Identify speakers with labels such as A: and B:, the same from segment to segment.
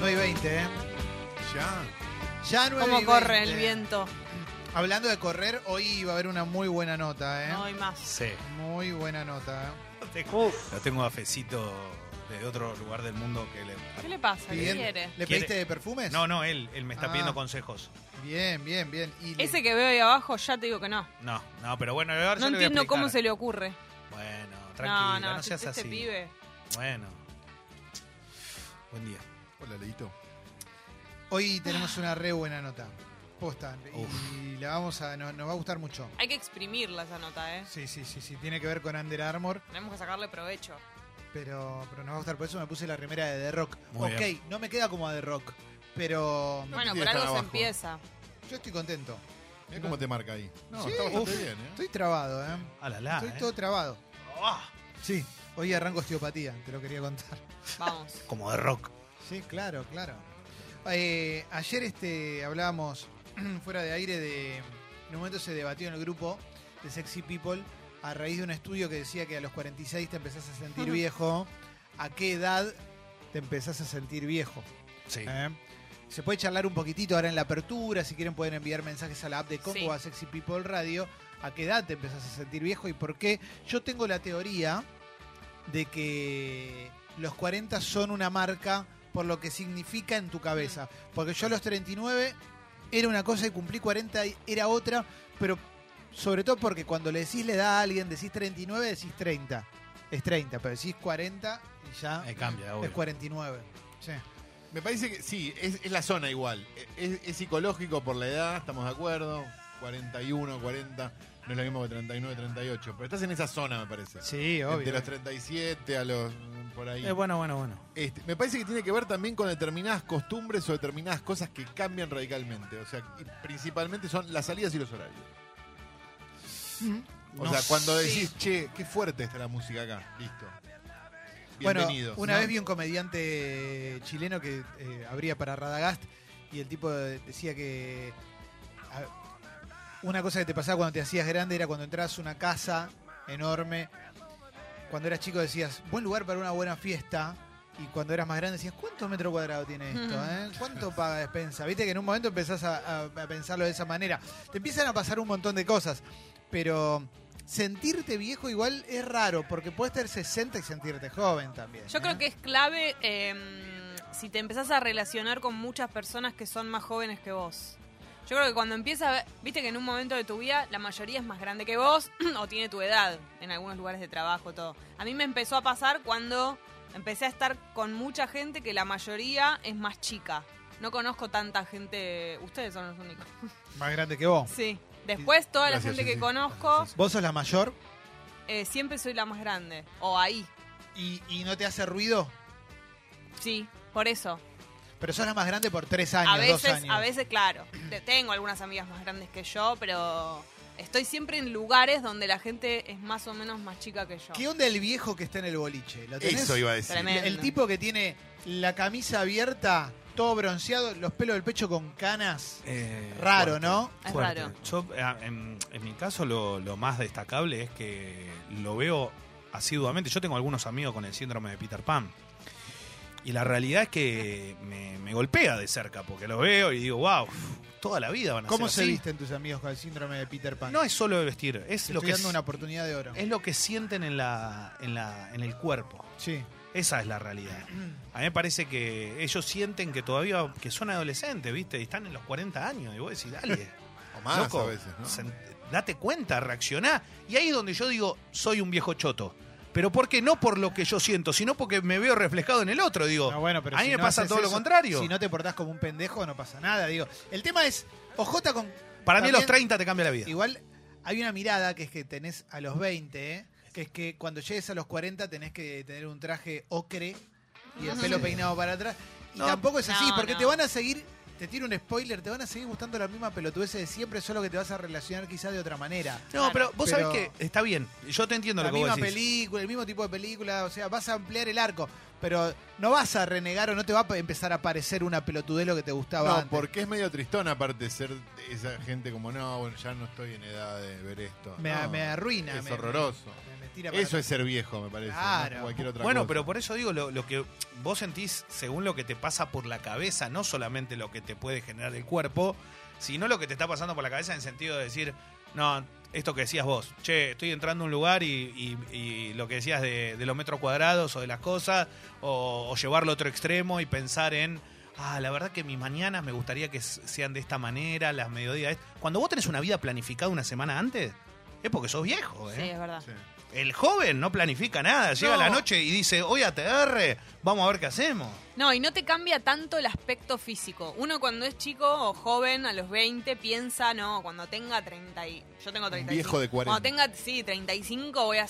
A: 20, ¿eh?
B: Ya.
A: Ya 9
C: ¿Cómo
A: y
C: corre
A: 20.
C: el viento?
A: Hablando de correr, hoy va a haber una muy buena nota, ¿eh?
C: No hay más.
B: Sí.
A: Muy buena nota, ¿eh?
B: Lo tengo a Fecito de otro lugar del mundo que le.
C: ¿Qué le pasa? ¿Qué
A: Bien.
C: quiere?
A: ¿Le
B: Quiere-
A: pediste de perfumes?
B: No, no, él. Él me está
A: Ah.
B: pidiendo consejos.
A: Bien, bien, bien. Y le-
C: Ese que veo ahí abajo, ya te digo que no.
B: No, no, pero bueno, ahora
C: No
B: yo le voy a
C: entiendo cómo se
B: explicar.
C: le ocurre.
B: Bueno, tranquilo, no,
C: no, no,
B: seas
C: este
B: así.
C: pibe.
B: Bueno. Buen día.
D: Hola, Leito.
A: Hoy tenemos una re buena nota. Posta.
B: Uf.
A: Y la vamos a. no- nos va a gustar mucho.
C: Hay que exprimirla esa nota, ¿eh?
A: Sí, sí, sí, sí. Tiene que ver con Under Armour,
C: Tenemos que sacarle provecho.
A: pero, pero nos va a gustar. Por eso me puse la remera de The Rock.
B: Muy
A: ok,
B: bien.
A: no me queda como a The Rock, pero
C: Bueno,
D: tiene
C: por
D: que estar
C: algo se
D: abajo.
C: empieza.
A: yo estoy contento.
D: Mira cómo te marca ahí. No,
A: Sí,
D: está bastante
A: uf.
D: bien, ¿eh?
A: Estoy trabado, ¿eh?
B: A la la.
A: Estoy
B: eh.
A: todo trabado.
B: Ah,
A: Sí, hoy arranco osteopatía, te lo quería contar.
C: Vamos.
B: como de rock.
A: Sí, claro, claro. Eh, ayer este, hablábamos fuera de aire de. En un momento se debatió en el grupo de Sexy People a raíz de un estudio que decía que a los 46 te empezás a sentir viejo. ¿A qué edad te empezás a sentir viejo?
B: Sí.
A: ¿Eh? Se puede charlar un poquitito ahora en la apertura. Si quieren, pueden enviar mensajes a la app de Congo
C: Sí.
A: a Sexy People Radio. ¿A qué edad te empezás a sentir viejo y por qué? Yo tengo la teoría de que los 40 son una marca por lo que significa en tu cabeza. Porque yo a los 39 era una cosa y cumplí 40 y era otra, pero sobre todo porque cuando le decís la edad a alguien, decís 39, decís 30. Es 30, pero decís 40 y ya
B: Eh, cambia, obvio.
A: es 49. Sí.
D: Me parece que sí, es, es la zona igual. Es, es psicológico por la edad, estamos de acuerdo. 41, 40, no es lo mismo que 39, 38. Pero estás en esa zona, me parece.
A: Sí,
D: Entre los 37 a los. mm, por ahí.
B: Eh, bueno, bueno, bueno.
D: Este, me parece que tiene que ver también con determinadas costumbres o determinadas cosas que cambian radicalmente. O sea, y principalmente son las salidas y los horarios.
A: Mm.
D: O
B: No
D: sea, cuando
B: sé.
D: decís, che, qué fuerte está la música acá, listo.
A: Bueno,
D: Bienvenidos.
A: una
D: ¿no?
A: vez vi un comediante chileno que eh, abría para Radagast y el tipo de- decía que a- una cosa que te pasaba cuando te hacías grande era cuando entrabas a una casa enorme. Cuando eras chico decías, buen lugar para una buena fiesta. Y cuando eras más grande decías, ¿cuántos metros cuadrados tiene esto?
C: Ujú.
A: eh? ¿Cuánto paga despensa? Viste que en un momento empezás a, a- a pensarlo de esa manera. Te empiezan a pasar un montón de cosas. Pero sentirte viejo igual es raro, porque puedes tener 60 y sentirte joven también.
C: Yo
A: ¿eh?
C: creo que es clave eh, si te empezás a relacionar con muchas personas que son más jóvenes que vos. Yo creo que cuando empieza, a ver- viste que en un momento de tu vida la mayoría es más grande que vos o tiene tu edad en algunos lugares de trabajo, todo. A mí me empezó a pasar cuando empecé a estar con mucha gente que la mayoría es más chica. No conozco tanta gente, ustedes son los únicos.
A: Más grande que vos.
C: Sí. Después toda la
D: Gracias,
C: gente que
D: Jessy.
C: conozco,
A: Vos sos la mayor
C: eh, siempre soy la más grande. O ahí,
A: y, y no te hace ruido,
C: sí, por eso.
A: pero sos la más grande por tres años,
C: a
A: dos
C: veces,
A: años.
C: a veces, claro. Te- Tengo algunas amigas más grandes que yo, pero estoy siempre en lugares donde la gente es más o menos más chica que yo.
A: ¿Qué onda el viejo que está en el boliche? ¿Lo tenés?
D: Eso iba a decir.
C: Tremendo.
A: El tipo que tiene la camisa abierta, todo bronceado, los pelos del pecho con canas.
B: Eh,
A: Raro,
B: fuerte,
A: ¿no?
C: Es
B: fuerte.
C: raro.
B: Yo, eh, en, en mi caso, lo, lo más destacable es que lo veo asiduamente. Yo tengo algunos amigos con el síndrome de Peter Pan. Y la realidad es que me, me golpea de cerca, porque lo veo y digo, wow, toda la vida van a
A: ¿Cómo
B: ser
A: se
B: así".
A: visten tus amigos con el síndrome de Peter Pan?
B: No es solo de vestir, es
A: Te
B: lo
A: estoy
B: que,
A: dando
B: s-
A: una oportunidad de oro.
B: es lo que sienten en, la, en, la, en el cuerpo.
A: Sí.
B: Esa es la realidad. A mí me parece que ellos sienten que todavía que son adolescentes, ¿viste? Y están en los 40 años. Y vos decís, dale.
D: O más
B: loco,
D: a veces, ¿no?
B: sen- date cuenta, reaccioná. Y ahí es donde yo digo, soy un viejo choto. Pero ¿por qué? No por lo que yo siento, sino porque me veo reflejado en el otro. Digo,
A: No, bueno, pero
B: a mí
A: si
B: me
A: no
B: pasa
A: haces
B: todo lo
A: eso,
B: contrario.
A: Si no te portás como un pendejo, no pasa nada. Digo, el tema es, OJ con.
B: Para mí a los
A: también-
B: 30 te cambia la vida.
A: Igual hay una mirada que es que tenés a los 20, ¿eh? que es que cuando llegues a los 40 tenés que tener un traje ocre y el pelo peinado para atrás. Y
B: No,
A: tampoco es así,
C: no,
A: porque
C: no.
A: te van a seguir, te tiro un spoiler, te van a seguir gustando la misma pelotudeces de siempre, solo que te vas a relacionar quizás de otra manera.
B: No, pero vos
A: Pero-
B: sabés que está bien. Yo te entiendo
A: la
B: lo que vos
A: misma
B: decís.
A: película, el mismo tipo de película, o sea, vas a ampliar el arco, pero no vas a renegar o no te va a empezar a parecer una pelotudez lo que te gustaba
D: No,
A: antes.
D: porque es medio tristón aparte ser esa gente como, no, bueno, ya no estoy en edad de ver esto.
A: me,
D: No,
A: me arruina.
D: Es
A: me-
D: horroroso.
A: me- me tira para
D: Eso
A: atrás.
D: es ser viejo, me parece.
A: Claro.
D: no cualquier otra
B: Bueno,
D: cosa.
B: pero por eso digo, lo, lo que vos sentís según lo que te pasa por la cabeza, no solamente lo que te puede generar el cuerpo, sino lo que te está pasando por la cabeza en sentido de decir, no, esto que decías vos, che, estoy entrando a un lugar y, y- y lo que decías de, de los metros cuadrados o de las cosas, o, o llevarlo a otro extremo y pensar en, ah, la verdad que mis mañanas me gustaría que s- sean de esta manera, las mediodías. Cuando vos tenés una vida planificada una semana antes, es porque sos viejo, ¿eh?
C: Sí, es verdad.
D: Sí.
B: El joven no planifica nada, llega
A: No.
B: la noche y dice, hoy ATR, vamos a ver qué hacemos.
C: No, y no te cambia tanto el aspecto físico. Uno cuando es chico o joven, a los 20, piensa, no, cuando tenga 30 y... Yo tengo 35.
D: viejo de 40.
C: Cuando tenga, sí, 35 voy a...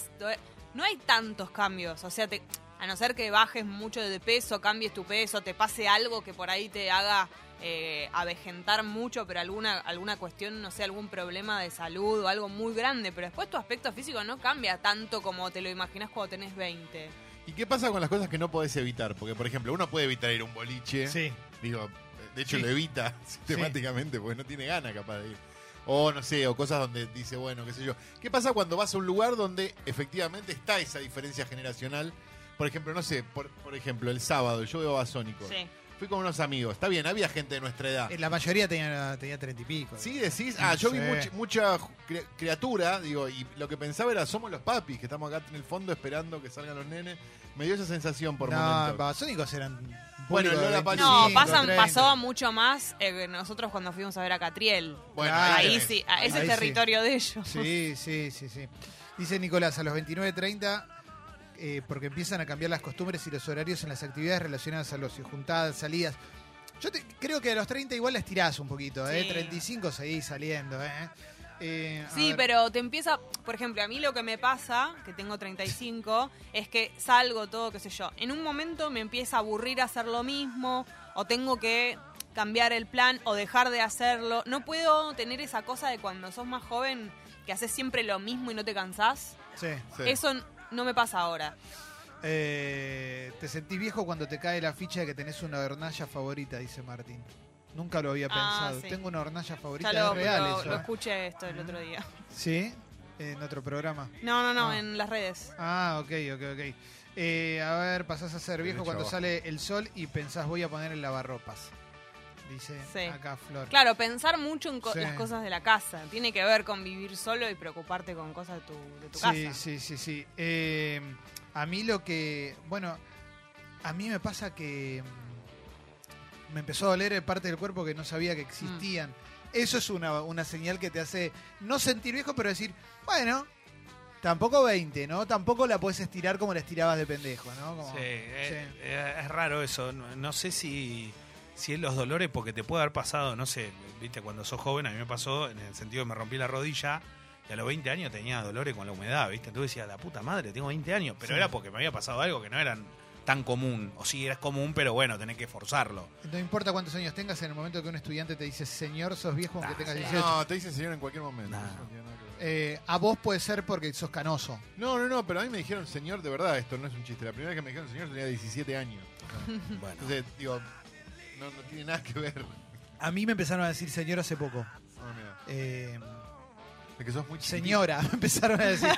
C: No hay tantos cambios, o sea, te- a no ser que bajes mucho de peso, cambies tu peso, te pase algo que por ahí te haga eh, avejentar mucho, pero alguna, alguna cuestión, no sé, algún problema de salud o algo muy grande, pero después tu aspecto físico no cambia tanto como te lo imaginas cuando tenés 20.
D: ¿Y qué pasa con las cosas que no podés evitar? Porque, por ejemplo, uno puede evitar ir a un boliche.
A: Sí.
D: Digo, de hecho
A: Sí.
D: lo evita sistemáticamente porque no tiene ganas capaz de ir. O no sé, o cosas donde dice, bueno, qué sé yo. ¿Qué pasa cuando vas a un lugar donde efectivamente está esa diferencia generacional? Por ejemplo, no sé, por, por ejemplo, el sábado yo veo a Sónico.
C: Sí.
D: Fui con unos amigos. Está bien, había gente de nuestra edad.
A: Eh, La mayoría tenía, tenía 30 y pico.
D: Sí, decís, ah, yo vi
A: Sí.
D: much- mucha ju- cri- criatura, digo, y lo que pensaba era, somos los papis, que estamos acá en el fondo esperando que salgan los nenes. Me dio esa sensación por
A: no,
D: momentos.
A: Babasónicos eran.
D: Bueno,
A: público de
D: Lola
A: 25,
C: No,
D: Sí,
C: pasan,
A: 30.
C: pasó mucho más eh, nosotros cuando fuimos a ver a Catriel.
D: Bueno,
A: Ah,
C: Ahí
D: tenés.
C: sí, a ese
A: Ahí sí.
C: territorio de ellos.
A: Sí, sí, sí, sí. Dice Nicolás, a los 29.30, eh, porque empiezan a cambiar las costumbres y los horarios en las actividades relacionadas al ocio, juntadas, salidas. Yo te- creo que a los 30 igual las tirás un poquito, ¿eh?
C: Sí.
A: 35 seguís saliendo, ¿eh? Eh, a
C: Sí,
A: ver.
C: pero te empieza, por ejemplo, a mí lo que me pasa, que tengo 35, es que salgo todo, qué sé yo. En un momento me empieza a aburrir hacer lo mismo o tengo que cambiar el plan o dejar de hacerlo. No puedo tener esa cosa de cuando sos más joven que haces siempre lo mismo y no te cansás.
A: Sí.
D: Sí.
C: Eso n- no me pasa ahora.
A: Eh, te sentís viejo cuando te cae la ficha de que tenés una hornalla favorita, dice Martín. Nunca lo había
C: Ah,
A: pensado.
C: sí.
A: Tengo una hornalla favorita,
C: Ya lo,
A: es real
C: lo-
A: eso,
C: lo
A: ¿eh?
C: escuché esto el otro día.
A: Sí, en otro programa.
C: No, no, no,
A: Ah.
C: en las redes.
A: Ah, ok, ok, ok. Eh, a ver, pasás a ser viejo
D: Derecho
A: cuando
D: abajo.
A: sale el sol y pensás voy a poner el lavarropas. Dice
C: Sí.
A: acá Flor.
C: Claro, pensar mucho en co-
A: Sí.
C: las cosas de la casa. Tiene que ver con vivir solo y preocuparte con cosas de tu, de tu
A: sí,
C: casa.
A: sí, sí, sí. Eh, a mí lo que. Bueno, a mí me pasa que. mm, Me empezó a doler parte del cuerpo que no sabía que
C: Mm.
A: existían. Eso es una, una señal que te hace no sentir viejo, pero decir, bueno, tampoco 20, ¿no? Tampoco la puedes estirar como la estirabas de pendejo, ¿no? Como-
B: Sí, eh, eh, es raro eso. No, no sé si, si es los dolores, porque te puede haber pasado, no sé, viste, cuando sos joven, a mí me pasó en el sentido que me rompí la rodilla y a los 20 años tenía dolores con la humedad, viste. Entonces decía, la puta madre, tengo 20 años, pero
A: Sí.
B: era porque me había pasado algo que no eran tan común. O sí, era común, pero bueno, tenés que forzarlo.
A: No importa cuántos años tengas, en el momento que un estudiante te dice, señor, sos viejo aunque
B: Ah,
A: tengas
C: sí.
A: 18.
D: No, te dicen señor en cualquier momento.
B: No.
D: Eso no tiene nada que ver.
A: Eh, a vos puede ser porque sos canoso.
D: No, no, no, pero a mí me dijeron señor de verdad, esto no es un chiste. La primera vez que me dijeron señor tenía 17 años.
B: Bueno.
D: Entonces, digo, no, no tiene nada que ver.
A: A mí me empezaron a decir señor hace poco.
D: No, mira,
A: Eh,
D: es que sos muy chiquitito.
A: señora, me empezaron a decir.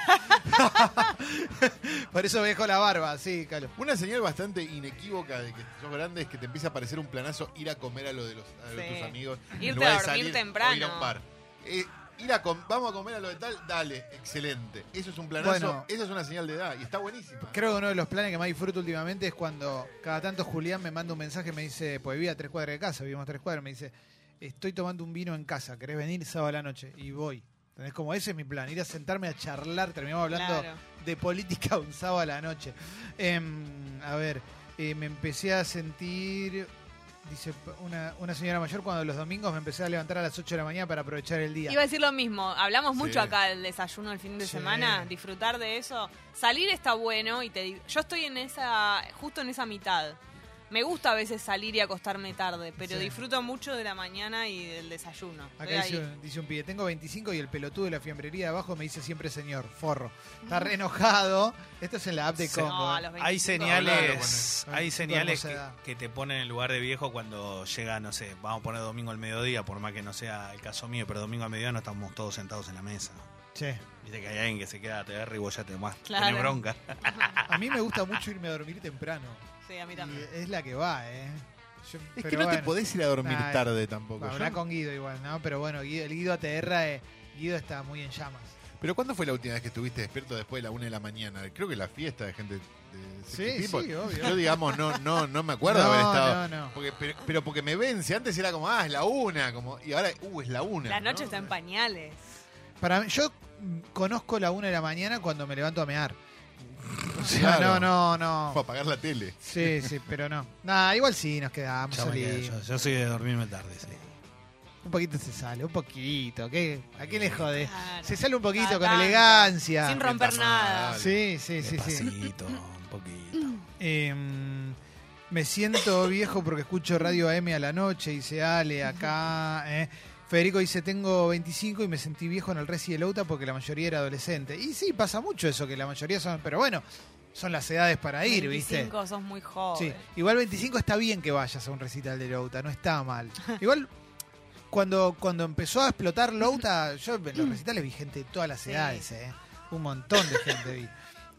A: Por eso me dejó la barba, sí, Calo.
D: Una señal bastante inequívoca de que sos grande es que te empieza a parecer un planazo ir a comer a lo de, los, a lo de
C: Sí.
D: tus amigos. en
C: Irte
D: lugar
C: a
D: de
C: dormir
D: salir
C: temprano.
D: o ir a un bar. Eh, ir a com- vamos a comer a lo de tal, dale, excelente. Eso es un planazo,
A: Bueno.
D: esa es una señal de edad y está buenísima.
A: Creo que uno de los planes que más disfruto últimamente es cuando cada tanto Julián me manda un mensaje, me dice, pues vivía a tres cuadras de casa, vivimos a tres cuadras, me dice, estoy tomando un vino en casa, ¿querés venir sábado a la noche? Y voy. ¿Entendés? Como ese es mi plan, ir a sentarme a charlar, terminamos hablando
C: Claro.
A: de política un sábado a la noche. Em, a ver, eh, me empecé a sentir, dice p- una, una señora mayor, cuando los domingos me empecé a levantar a las 8 de la mañana para aprovechar el día.
C: Iba a decir lo mismo. Hablamos
D: Sí.
C: mucho acá del desayuno el fin de
A: Sí.
C: semana, disfrutar de eso. Salir está bueno y te digo, yo estoy en esa justo en esa mitad. Me gusta a veces salir y acostarme tarde, pero
A: Sí.
C: disfruto mucho de la mañana y del desayuno. Estoy
A: Acá
C: ahí.
A: dice un, dice un pibe, tengo 25 y el pelotudo de la fiambrería de abajo me dice siempre señor, forro. Está re enojado. Esto es en la app de
B: Sí.
A: Congo.
C: Mm. No,
A: ¿eh?
C: a los 25.
B: Hay
D: Hablalo con
B: señales,
A: él.
B: hay
A: Con
B: señales
A: hermosa
B: que,
A: edad.
B: que te ponen en el lugar de viejo cuando llega, no sé, vamos a poner domingo al mediodía, por más que no sea el caso mío, pero domingo al mediodía no estamos todos sentados en la mesa.
A: Che,
B: Viste que hay alguien que se queda, te agarra y vos ya te más.
C: Claro.
B: Tenés bronca.
A: a mí me gusta mucho irme a dormir temprano.
C: Sí, a mí
A: Y
C: también.
A: es la que va, ¿eh? Yo-
D: Es
A: pero
D: que no te
A: bueno.
D: podés ir a dormir
A: Ay.
D: tarde tampoco.
A: Bueno,
D: Yo-
A: habrá con Guido igual, ¿no? Pero bueno, Guido, el Guido Aterra, eh, Guido está muy en llamas.
D: Pero ¿cuándo fue la última vez que estuviste despierto después de la una de la mañana? Creo que la fiesta de gente de Sexy People.
A: obvio.
D: Yo digamos, no, no, no me acuerdo haber
A: No,
D: estado.
A: no, no.
D: Porque, pero, pero porque me vence, antes era como, ah, es la una, como, y ahora, uh, es la una.
C: La
D: ¿no?
C: noche está en pañales.
A: Para mí- yo mm, conozco la una de la mañana cuando me levanto a mear. O sea,
D: Claro.
A: no, no,
D: Fue a
A: no.
D: apagar la tele.
A: Sí, sí, pero no. Nada, igual sí, nos quedamos,
B: Yo, me quedo,
A: salimos.
B: yo- yo soy de dormirme tarde, sí.
A: Un poquito se sale, un poquito. ¿qué? ¿A qué le jode?
C: Claro.
A: Se sale un poquito
C: Cada
A: con
C: tanto.
A: elegancia.
C: Sin romper
D: Mientras-
C: nada.
D: Dale.
A: Sí, sí, sí, sí.
B: Despacito, un poquito.
A: Eh, me siento viejo porque escucho radio AM a la noche, dice Ale acá. eh. Federico dice, tengo 25 y me sentí viejo en el Resi del Outa porque la mayoría era adolescente. Y sí, pasa mucho eso, que la mayoría son... Pero bueno, son las edades para ir, ¿viste?
C: 25 sos muy joven.
A: Sí, igual 25 está bien que vayas a un recital de Louta, no está mal. Igual cuando, cuando empezó a explotar Louta, yo en los recitales vi gente de todas las
C: Sí.
A: edades, ¿eh? un montón de gente vi.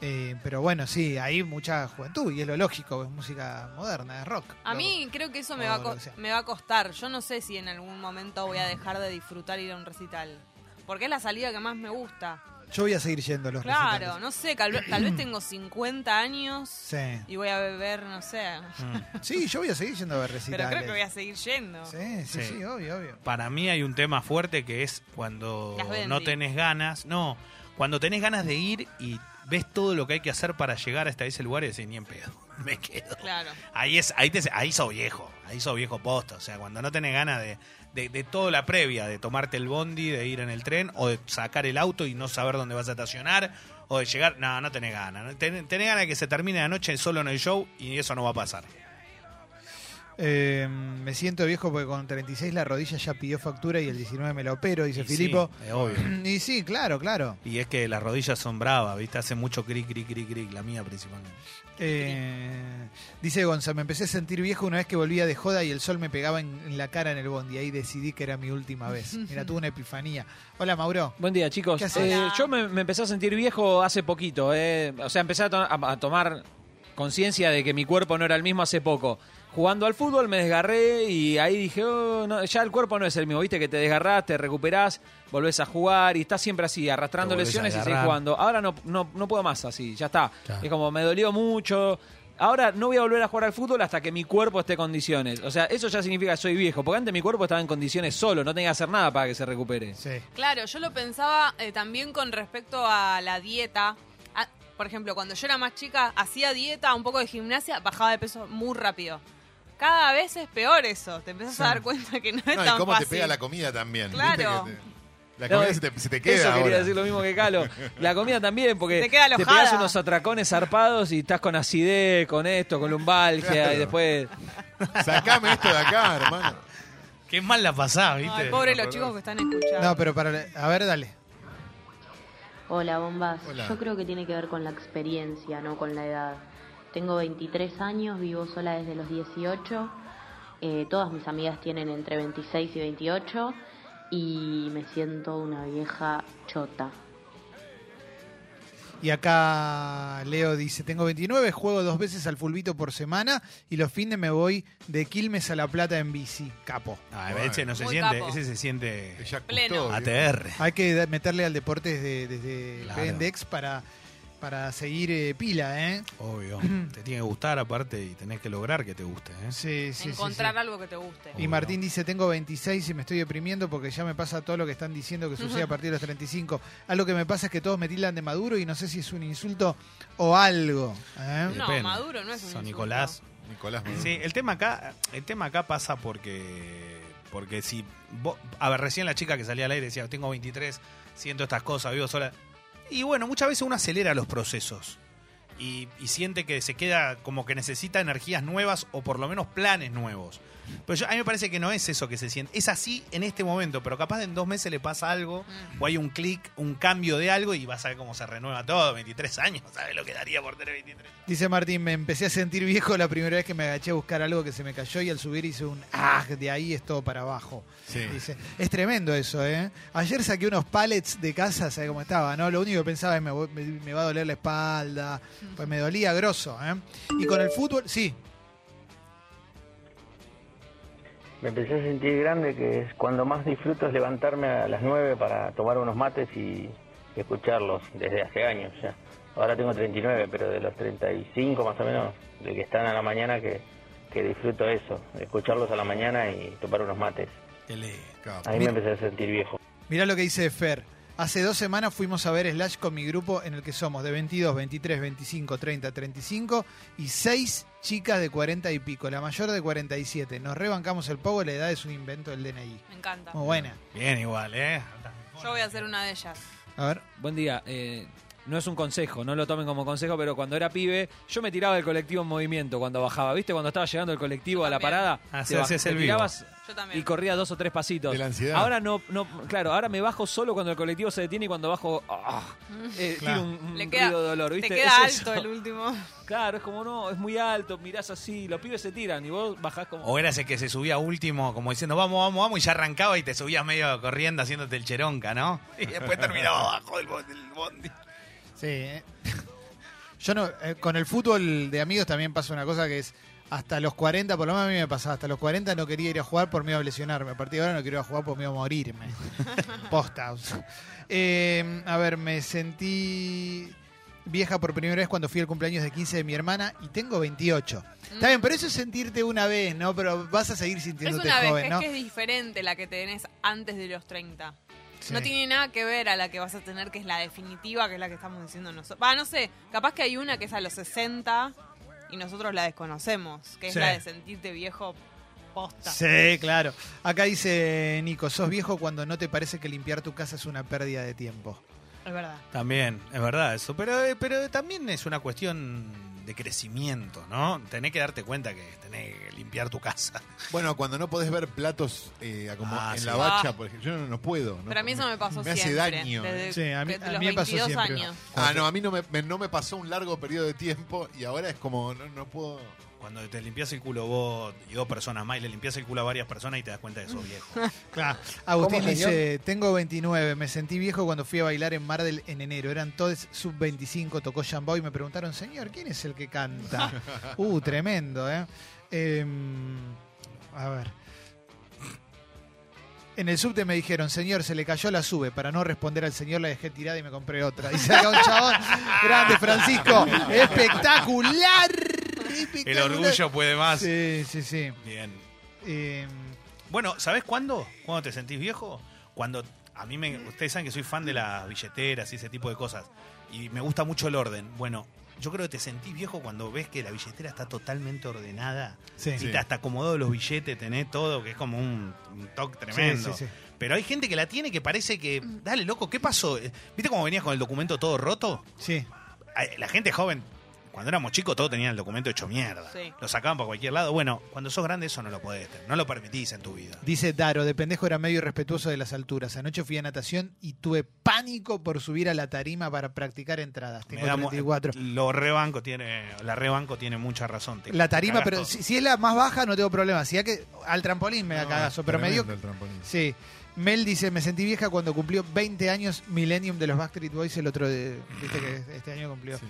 A: Eh, pero bueno, sí, hay mucha juventud y es lo lógico, es música moderna, es rock.
C: A
A: loco.
C: mí creo que eso me
A: O
C: va, a
A: lo
C: co-
A: que sea.
C: me va a costar. Yo no sé si en algún momento voy a dejar de disfrutar ir a un recital. Porque es la salida que más me gusta.
A: Yo voy a seguir yendo a los
C: Claro,
A: recitales.
C: no sé, tal, vez- tal vez tengo 50 años
A: Sí.
C: y voy a beber, no sé.
B: Mm.
A: sí, yo voy a seguir yendo a ver recitales.
C: Pero creo que voy a seguir yendo.
A: Sí, sí, sí,
B: Sí.
A: obvio, obvio.
B: Para mí hay un tema fuerte que es cuando
C: Las Bendy.
B: no tenés ganas. No, cuando tenés ganas de ir y ves todo lo que hay que hacer para llegar hasta ese lugar y decís, ni en pedo, me quedo.
C: Claro.
B: Ahí es, ahí te, ahí sos viejo, ahí sos viejo posto. O sea, cuando no tenés ganas de, de, de toda la previa, de tomarte el bondi, de ir en el tren, o de sacar el auto y no saber dónde vas a estacionar, o de llegar, no, no tenés ganas. ¿no? Ten- tenés ganas de que se termine la noche solo en el show y eso no va a pasar.
A: Eh, me siento viejo porque con 36 la rodilla ya pidió factura y el 19 me la opero, dice
B: Y sí,
A: Filipo.
B: es obvio.
A: Y sí, claro, claro.
B: Y es que las rodillas son bravas, ¿viste? Hace mucho cric, cric, cric, cric, la mía principalmente.
A: Eh, dice Gonza, me empecé a sentir viejo una vez que volvía de joda y el sol me pegaba en, en la cara en el bondi. Ahí decidí que era mi última vez. Mira, tuve una epifanía. Hola, Mauro.
E: Buen día, chicos.
A: ¿Qué haces?
E: Eh,
C: Hola.
E: yo me, me empecé a sentir viejo hace poquito. eh. O sea, empecé a, to- a- a tomar conciencia de que mi cuerpo no era el mismo hace poco. Jugando al fútbol me desgarré y ahí dije, "Oh, no, ya el cuerpo no es el mismo. Viste que te desgarrás, te recuperás, volvés a jugar y estás siempre así, arrastrando
B: Te volvés a
E: lesiones y seguís
B: agarrar.
E: jugando. Ahora no, no, no puedo más así, ya está.
B: Claro.
E: Es como, me dolió mucho. Ahora no voy a volver a jugar al fútbol hasta que mi cuerpo esté en condiciones. O sea, eso ya significa que soy viejo. Porque antes mi cuerpo estaba en condiciones solo, no tenía que hacer nada para que se recupere.
A: Sí.
C: Claro, yo lo pensaba eh, también con respecto a la dieta. Ah, por ejemplo, cuando yo era más chica, hacía dieta, un poco de gimnasia, bajaba de peso muy rápido. Cada vez es peor eso. Te empezás
A: Sí.
C: a dar cuenta que no es
D: No, y
C: tan
D: cómo
C: fácil.
D: te pega la comida también. ¿viste?
C: Claro.
D: Que te- la
E: No,
D: comida se, te, se te queda.
E: Eso quería
D: ahora.
E: decir lo mismo que Calo. La comida también, porque
C: Se te queda
E: te
C: alojada.
E: pegas unos atracones zarpados y estás con acidez, con esto, con lumbalgia,
D: Claro.
E: y después.
D: Sacame esto de acá, hermano.
B: Qué mal la pasás, ¿viste?
C: Ay, pobre los chicos que están escuchando.
A: No, pero para. A ver, dale.
F: Hola, bombas.
D: Hola.
F: Yo creo que tiene que ver con la experiencia, no con la edad. Tengo 23 años, vivo sola desde los 18. Eh, todas mis amigas tienen entre 26 y 28 y me siento una vieja chota.
A: Y acá Leo dice, tengo 29, juego dos veces al fulbito por semana y los fines me voy de Quilmes a La Plata en bici. Capo.
B: Ah, ese no se
C: Muy
B: siente,
C: capo.
B: ese se siente
D: Ya
C: Pleno.
D: custó, viejo.
B: ATR.
A: Hay que da- meterle al deporte desde, desde
B: Claro.
A: Pendex E para, para seguir eh, pila, ¿eh?
B: Obvio. Te tiene que gustar aparte y tenés que lograr que te guste, ¿eh?
A: Sí, sí, sí,
C: Encontrar
A: sí.
C: algo que te guste.
A: Y Martín dice, tengo 26 y me estoy deprimiendo porque ya me pasa todo lo que están diciendo que sucede a partir de los 35. Algo que me pasa es que todos me tildan de maduro y no sé si es un insulto o algo. ¿eh?
C: No, Maduro no es un insulto.
B: Son Nicolás.
D: Nicolás Maduro.
B: Sí, el tema acá, el tema acá pasa porque porque si vos- a ver, recién la chica que salía al aire decía, "Tengo 23, siento estas cosas, vivo sola." Y bueno, muchas veces uno acelera los procesos. y, y siente que se queda como que necesita energías nuevas o por lo menos planes nuevos. Pero yo- a mí me parece que no es eso que se siente. Es así en este momento, pero capaz en dos meses le pasa algo
C: Mm.
B: o hay un clic, un cambio de algo y vas a ver cómo se renueva todo. 23 años, ¿sabes lo que daría por tener 23 años?
A: Dice Martín, me empecé a sentir viejo la primera vez que me agaché a buscar algo que se me cayó y al subir hice un ah, de ahí es todo para abajo.
D: Sí.
A: Dice, es tremendo eso, ¿eh? Ayer saqué unos pallets de casa, ¿sabes cómo estaba? ¿no? Lo único que pensaba es me, voy- me- me va a doler la espalda, pues me dolía grosso, ¿eh? Y con el fútbol, sí,
G: Me empecé a sentir grande, que es cuando más disfruto es levantarme a las 9 para tomar unos mates y escucharlos desde hace años ya. Ahora tengo 39, pero de los 35 más o menos, de que están a la mañana, que, que disfruto eso, escucharlos a la mañana y tomar unos mates.
D: Capo.
G: Ahí me empecé a sentir viejo.
A: Mirá lo que dice Fer. Hace dos semanas fuimos a ver Slash con mi grupo en el que somos de 22, 23, 25, 30, 35 y seis chicas de 40 y pico, la mayor de 47. Nos rebancamos el pogo, la edad es un invento del DNI.
C: Me encanta.
A: Muy buena.
B: Bien igual, ¿eh?
C: Yo voy a ser una de ellas.
A: A ver.
E: Buen día. eh, no es un consejo, no lo tomen como consejo, pero cuando era pibe, yo me tiraba del colectivo en movimiento cuando bajaba. ¿Viste? Cuando estaba llegando el colectivo
C: Yo
E: a la
C: también.
E: parada,
B: Ah, sí,
E: te, ba-
B: hacías
E: te
B: el vivo.
E: tirabas
C: Yo también.
E: y corría dos o tres pasitos.
D: De la ansiedad.
E: Ahora no, no, claro, ahora me bajo solo cuando el colectivo se detiene y cuando bajo, ah, eh,
A: Claro.
E: tiro un, un
C: Mm. Le queda-
E: ruido de dolor, ¿viste?
C: Te queda
E: Es eso.
C: alto el último.
E: Claro, es como no, es muy alto, mirás así, los pibes se tiran y vos bajás como.
B: O eras el que se subía último, como diciendo, vamos, vamos, vamos, y ya arrancaba y te subías medio corriendo haciéndote el cheronca, ¿no? Y después terminaba abajo del bo- del bondi.
A: Sí. eh. Yo no, eh, con el fútbol de amigos también pasa una cosa que es hasta los 40, por lo menos a mí me pasaba, hasta los 40 no quería ir a jugar por miedo a lesionarme. A partir de ahora no quiero ir a jugar por miedo a morirme. Posta. o sea. Eh, a ver, me sentí vieja por primera vez cuando fui al cumpleaños de 15 de mi hermana y tengo 28. Está bien, pero eso es sentirte una vez, ¿no? Pero vas a seguir
C: Es
A: sintiéndote
C: una
A: joven,
C: vejez
A: ¿no?
C: que es diferente la que tenés antes de los 30.
A: Sí.
C: No tiene nada que ver a la que vas a tener, que es la definitiva, que es la que estamos diciendo nosotros. Va, no sé, capaz que hay una que es a los 60 y nosotros la desconocemos, que es
A: Sí.
C: la de sentirte viejo posta.
A: Sí, claro. Acá dice Nico, sos viejo cuando no te parece que limpiar tu casa es una pérdida de tiempo.
C: Es verdad.
B: También, es verdad eso. Pero, eh, pero también es una cuestión de crecimiento, ¿no? Tenés que darte cuenta que tenés que limpiar tu casa.
D: Bueno, cuando no podés ver platos eh, como
B: Ah,
D: en
B: sí.
D: la bacha,
C: Ah.
D: por ejemplo, yo no, no puedo. ¿no?
C: Pero a mí eso me pasó
D: Me hace
C: siempre.
D: daño.
C: Desde
A: ¿eh? Sí, a mí-
C: que-
A: a
C: los
A: mí me pasó
C: 22
A: siempre.
C: años.
D: Ah, no, a mí no me, me- no me pasó un largo periodo de tiempo y ahora es como, no, no puedo.
B: Cuando te limpias el culo vos y dos personas más, y le limpias el culo a varias personas y te das cuenta de eso, viejo.
A: Claro. Agustín
H: ¿Cómo, señor?
A: dice, tengo 29, me sentí viejo cuando fui a bailar en Mar del en enero, eran todos sub 25, tocó Jambó y me preguntaron, señor, ¿quién es el que canta? Uh, tremendo, ¿eh? Em, a ver. En el subte me dijeron, señor, se le cayó la sube. Para no responder al señor, la dejé tirada y me compré otra. Dice acá un chabón, grande Francisco, espectacular.
B: El
A: espectacular.
B: orgullo puede más.
A: Sí, sí, sí.
B: Bien.
A: Em,
B: Bueno, ¿sabés cuándo? ¿Cuándo te sentís viejo? Cuando a mí me. Ustedes saben que soy fan de las billeteras y ese tipo de cosas. Y me gusta mucho el orden. Bueno, yo creo que te sentís viejo cuando ves que la billetera está totalmente ordenada.
A: sí.
B: Y te hasta acomodado los billetes, tenés todo, que es como un, un toque tremendo.
A: sí, sí.
B: Pero hay gente que la tiene que parece que. Dale, loco, ¿qué pasó? Eh, ¿Viste cómo venías con el documento todo roto?
A: Sí.
B: Ay, La gente joven, cuando éramos chicos, todos tenían el documento hecho mierda.
C: Sí.
B: Lo sacaban para cualquier lado. Bueno, cuando sos grande, eso no lo podés tener. No lo permitís en tu vida.
A: Dice Daro, de pendejo era medio irrespetuoso de las alturas. Anoche fui a natación y tuve pánico por subir a la tarima para practicar entradas.
B: Me
A: Tengo
B: da mo-
A: 34.
B: Lo rebanco tiene, la rebanco tiene mucha razón. te-
A: La
B: te
A: tarima,
B: cagás
A: pero
B: todo.
A: si, si es la más baja no tengo problema. Si ya que al trampolín me da
D: No,
A: cagazo,
D: es
A: pero medio...
D: tremendo el trampolín.
A: Sí. Mel dice, me sentí vieja cuando cumplió 20 años Millennium de los Backstreet Boys, el otro de... Viste que este año cumplió
D: Sí.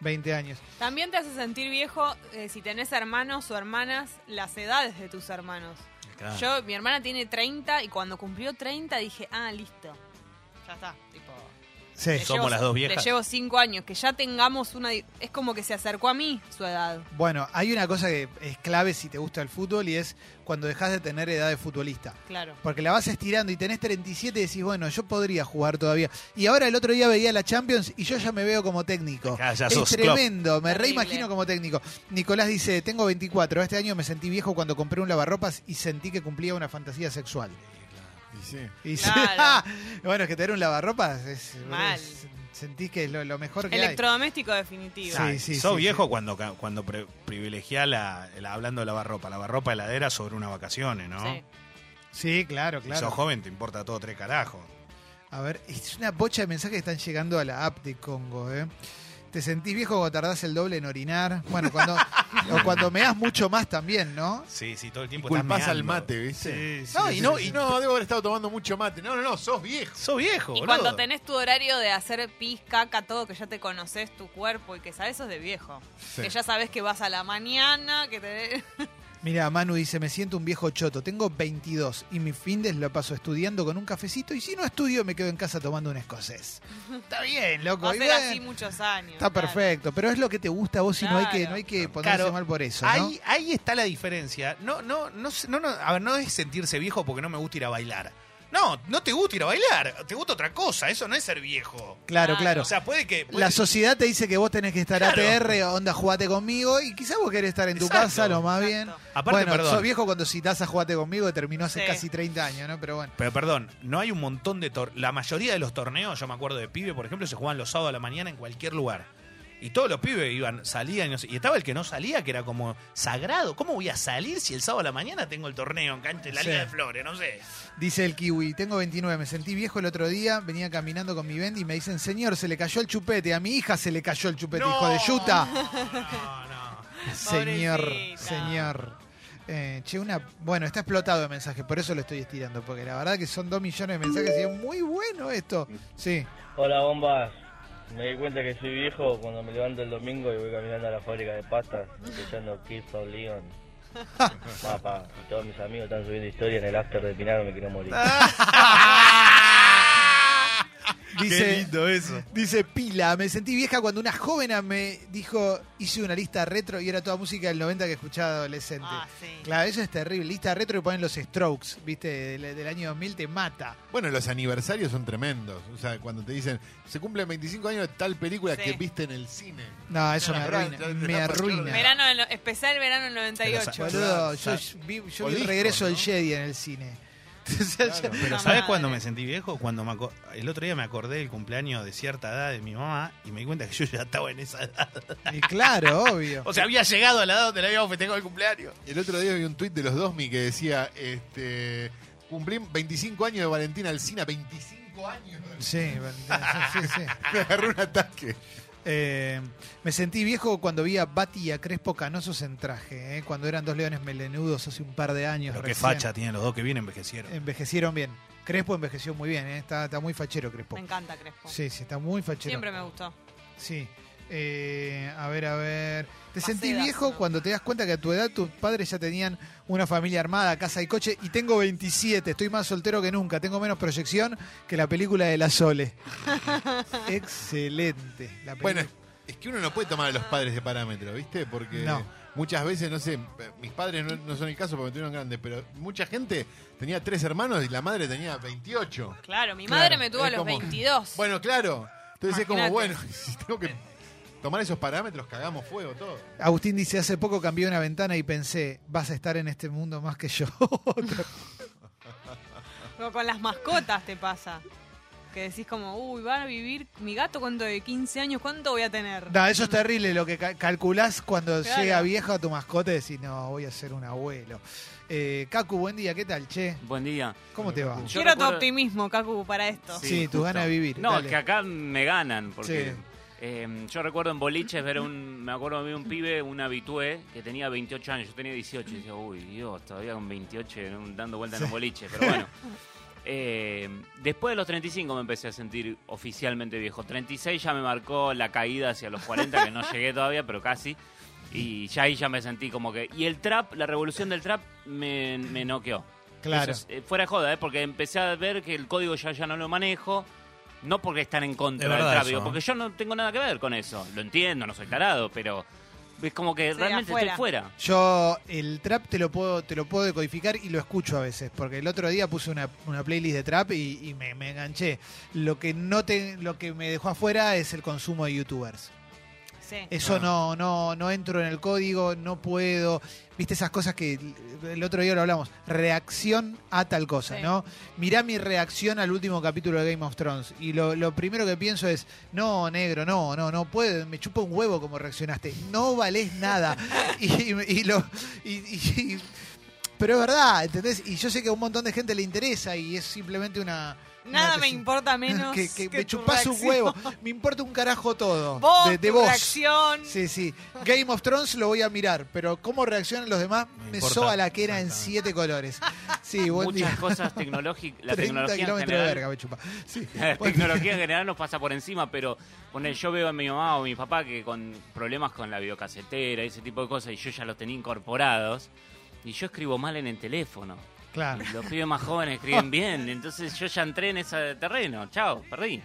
A: 20 años.
C: También te hace sentir viejo eh, si tenés hermanos o hermanas, las edades de tus hermanos.
B: Claro.
C: Yo, mi hermana tiene 30 y cuando cumplió 30 dije, ah, listo. Ya está. Tipo,
A: Sí.
C: le
B: Somos las dos viejas.
C: Le llevo 5 años, que ya tengamos una... di- Es como que se acercó a mí su edad.
A: Bueno, hay una cosa que es clave si te gusta el fútbol y es cuando dejas de tener edad de futbolista.
C: Claro.
A: Porque la vas estirando y tenés 37 y decís, bueno, yo podría jugar todavía. Y ahora el otro día veía la Champions y yo ya me veo como técnico.
B: Acá Ah, ya
A: es
B: sos Klopp.
A: tremendo, me
C: Terrible.
A: reimagino como técnico. Nicolás dice, tengo 24, este año me sentí viejo cuando compré un lavarropas y sentí que cumplía una fantasía sexual.
D: Y sí.
A: Y dice, "Ah,
C: Claro.
A: bueno, es que tener un lavarropas es...
C: Mal.
A: es- Sentís que es lo, lo mejor que hay.
C: Electrodoméstico definitivo.
A: Sí.
B: Sos
A: sí,
B: viejo
A: sí.
B: cuando ca- cuando pre- privilegiá la, la- hablando de lavarropa, lavarropa heladera sobre unas vacaciones, ¿no?
C: Sí.
A: Sí, claro,
B: Si sos
A: claro.
B: joven, te importa todo tres carajos.
A: A ver, es una bocha de mensajes que están llegando a la app de Congo, ¿eh? ¿Te sentís viejo cuando tardás el doble en orinar? Bueno, cuando, o cuando meás mucho más también, ¿no?
B: Sí, sí, todo el tiempo estás
D: Culpás Pues al
B: meando.
D: mate, ¿viste?
B: Sí, sí,
A: No,
B: sí,
A: y
B: sí,
A: no,
B: sí.
A: y-
D: no, debo haber estado tomando mucho mate. No, no, no, sos viejo.
B: Sos viejo,
C: Y
B: boludo.
C: cuando tenés tu horario de hacer pis, caca, todo, que ya te conoces tu cuerpo y que sabes, sos de viejo. Que ya sabes que vas a la mañana, que te...
A: Mira, Manu dice, me siento un viejo choto, tengo 22 y mis findes lo paso estudiando con un cafecito y si no estudio me quedo en casa tomando un escocés. Está bien, loco.
C: va a
A: y
C: ser
A: bien,
C: así muchos años.
A: Está
C: claro.
A: perfecto, pero es lo que te gusta a vos y no hay que,
C: Claro.
A: no hay que ponerse
B: Claro,
A: mal por eso, ¿no?
B: Ahí, ahí está la diferencia. No, no, no, sé- no, no, a ver, no es sentirse viejo porque no me gusta ir a bailar. No, no te gusta ir a bailar, te gusta otra cosa, eso no es ser viejo.
A: Claro, claro.
B: O sea, puede que. puede-
A: La sociedad te dice que vos tenés que estar
B: Claro.
A: ATR, onda, jugate conmigo, y quizás vos querés estar en tu
B: Exacto.
A: casa, lo más bien.
C: Exacto.
B: Aparte,
A: bueno,
B: perdón.
A: sos viejo cuando citás a jugate conmigo, que terminó hace
C: Sí.
A: casi 30 años, ¿no? Pero bueno.
B: Pero perdón, no hay un montón de tor- La mayoría de los torneos, yo me acuerdo de pibe, por ejemplo, se jugaban los sábados a la mañana en cualquier lugar. Y todos los pibes iban, salían y, no sé- y estaba el que no salía, que era como sagrado. ¿Cómo voy a salir si el sábado a la mañana tengo el torneo en cancha, en la
A: Sí.
B: Liga de Flores? No sé.
A: Dice el kiwi, tengo 29, me sentí viejo el otro día, venía caminando con mi bend y me dicen, señor, se le cayó el chupete, a mi hija se le cayó el chupete, hijo de yuta.
B: No, no.
A: Señor,
C: Pobrecita.
A: señor. Eh, che, una. Bueno, está explotado de mensajes, por eso lo estoy estirando, porque la verdad que son dos millones de mensajes y es muy bueno esto. Sí.
G: Hola bombas, me di cuenta que soy viejo cuando me levanto el domingo y voy caminando a la fábrica de pastas, escuchando Kids of Leon. Papá, y todos mis amigos están subiendo historia en el after de Pinar, me quiero morir.
A: Dice,
B: eso.
A: Dice Pila, me sentí vieja cuando una joven me dijo, hice una lista retro y era toda música del 90 que escuchaba adolescente.
C: Ah, sí.
A: Claro, eso es terrible. Lista retro y ponen los strokes, viste, del, del año 2000 te mata.
D: Bueno, los aniversarios son tremendos. O sea, cuando te dicen, se cumplen 25 años de tal película
C: Sí.
D: que viste en el cine.
A: No, eso me
D: Claro,
A: arruina.
D: ya- ya-
A: Me
D: ya-
A: arruina.
C: Verano del- especial verano del 98.
A: Boludo,
D: O
A: yo
D: sea,
A: vi, yo
D: o
A: vi el
D: disco,
A: regreso del
D: ¿no?
A: Jedi en el cine. O sea, yo-
D: Claro.
B: Pero
C: Puta
B: ¿sabes
C: madre.
B: cuándo me sentí viejo? Cuando me aco- el otro día me acordé del cumpleaños de cierta edad de mi mamá y me di cuenta que yo ya estaba en esa edad.
A: y claro, obvio.
B: O sea, había llegado a la edad donde le habíamos festejado el cumpleaños.
D: El otro día vi un tuit de los Dosmi que decía, este, cumplí 25 años de Valentina Alcina, 25 años.
A: Sí, sí, sí, sí.
D: Me agarró un ataque.
A: Eh, me sentí viejo cuando vi a Bati y a Crespo canosos en traje, ¿eh? cuando eran dos leones melenudos hace un par de años.
B: Pero qué
A: recién. Eh,
B: facha tienen los dos que bien envejecieron.
A: Envejecieron bien. Crespo envejeció muy bien, ¿eh? está, está muy fachero Crespo.
C: Me encanta Crespo.
A: Sí, sí, está muy fachero.
C: Siempre me gustó.
A: Sí. Eh, a ver, a ver. Te
C: Macedas,
A: sentí viejo
C: ¿no?
A: cuando te das cuenta que a tu edad tus padres ya tenían una familia armada, casa y coche. Y tengo 27, estoy más soltero que nunca. Tengo menos proyección que la película de la Sole. Excelente. La
D: Bueno,
A: película-
D: es que uno no puede tomar a los padres de parámetro, ¿viste? Porque
A: No.
D: muchas veces, no sé, mis padres no, no son el caso porque me tuvieron grandes, pero mucha gente tenía tres hermanos y la madre tenía 28.
C: Claro, mi
A: Claro,
C: madre me tuvo a
D: es
C: los
D: como-
C: 22.
D: Bueno, claro. Entonces es como,
C: Imagínate.
D: bueno, si tengo que tomar esos parámetros, cagamos fuego todo.
A: Agustín dice, hace poco cambié una ventana y pensé, vas a estar en este mundo más que yo.
C: Pero con las mascotas te pasa. Que decís como, uy, van a vivir mi gato cuánto de 15 años, ¿cuánto voy a tener?
A: no, eso es terrible, lo que ca- calculás cuando
C: Claro.
A: llega viejo a tu mascota y decís, no, voy a ser un abuelo. Eh, Cacu, buen día, ¿qué tal, che?
H: Buen día.
A: ¿Cómo te va?
H: Yo
C: Quiero tu
H: recuerdo-
C: optimismo, Kaku, para esto.
A: Sí, tus
H: justo.
A: ganas de vivir,
H: No,
A: dale.
H: es que acá me ganan, porque
A: Sí.
H: eh, yo recuerdo en boliches ver a un, me acuerdo de un pibe, un habitué, que tenía 28 años, yo tenía 18, y decía, uy, Dios, todavía con 28 en un- dando vueltas en un boliche, pero bueno. Eh, después de los 35 me empecé a sentir oficialmente viejo. 36 ya me marcó la caída hacia los 40, que no llegué todavía, pero casi. Y ya ahí ya me sentí como que... Y el trap, la revolución del trap me, me noqueó.
A: Claro.
H: Eso es, eh, fuera de joda, ¿eh? porque empecé a ver que el código ya, ya no lo manejo. No porque están en
B: Es
H: contra del
B: verdad
H: trap,
B: eso,
H: digo,
B: ¿eh?
H: porque yo no tengo nada que ver con eso. Lo entiendo, no soy tarado, pero es como que
C: Sí,
H: realmente estoy
C: afuera.
H: fuera.
A: Yo el trap te lo puedo, te lo puedo decodificar y lo escucho a veces, porque el otro día puse una, una playlist de trap y, y me, me enganché. Lo que no te, lo que me dejó afuera es el consumo de youtubers.
C: Sí.
A: Eso no, no, no entro en el código, no puedo. Viste esas cosas que el otro día lo hablamos. Reacción a tal cosa,
C: Sí.
A: ¿no? Mirá mi reacción al último capítulo de Game of Thrones. Y lo, lo primero que pienso es, no, negro, no, no, no puedo. Me chupa un huevo como reaccionaste. No valés nada. y, y lo. y- y- y- pero es verdad, ¿entendés? Y yo sé que a un montón de gente le interesa y es simplemente una.
C: Nada
A: una-
C: me importa menos
A: Que,
C: que,
A: que me
C: tu
A: chupás un
C: reacción.
A: huevo. Me importa un carajo todo.
C: Vos,
A: de, de
C: tu
A: vos.
C: reacción.
A: Sí, sí. Game of Thrones lo voy a mirar, pero cómo reaccionan los demás
B: No
A: me
B: importa.
A: soba la quera en
B: Exactamente.
A: siete colores. Sí, buen
H: Muchas
A: día.
H: cosas tecnológicas. La
A: 30
H: tecnología en
A: kilómetros de
H: general
A: verga me chupa. Sí,
H: La
A: buen
H: tecnología en general nos pasa por encima, pero poner, yo veo a mi mamá o mi papá que con problemas con la videocasetera y ese tipo de cosas, y yo ya los tenía incorporados, y yo escribo mal en el teléfono.
A: día. Claro.
H: Y los pibes más jóvenes escriben bien, entonces yo ya entré en ese terreno. Chao, perdí.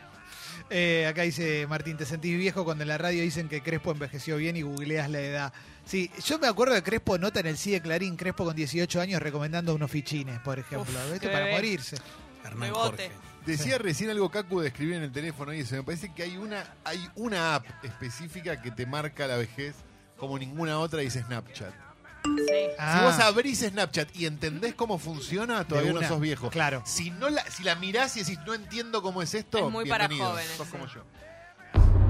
A: Eh, acá dice Martín, te sentís viejo cuando en la radio dicen que Crespo envejeció bien y googleas la edad. Sí, yo me acuerdo de Crespo nota en el CIDE Clarín, Crespo con 18 años recomendando unos fichines, por ejemplo.
C: Uf,
A: Esto
C: qué
A: para
C: bebé.
A: morirse.
B: Hernán
C: Rebote.
B: Jorge.
D: Decía recién algo Cacu de escribir en el teléfono y eso. Me parece que hay una, hay una app específica que te marca la vejez como ninguna otra y es Snapchat. Si vos
A: Ah,
D: abrís Snapchat y entendés cómo funciona, todavía
A: de
D: no
A: una.
D: sos viejo.
A: Claro.
D: Si, no la, si la mirás y decís, no entiendo cómo es esto,
C: Es muy para
D: bienvenido,
C: jóvenes,
D: Sos
C: sí.
D: como yo.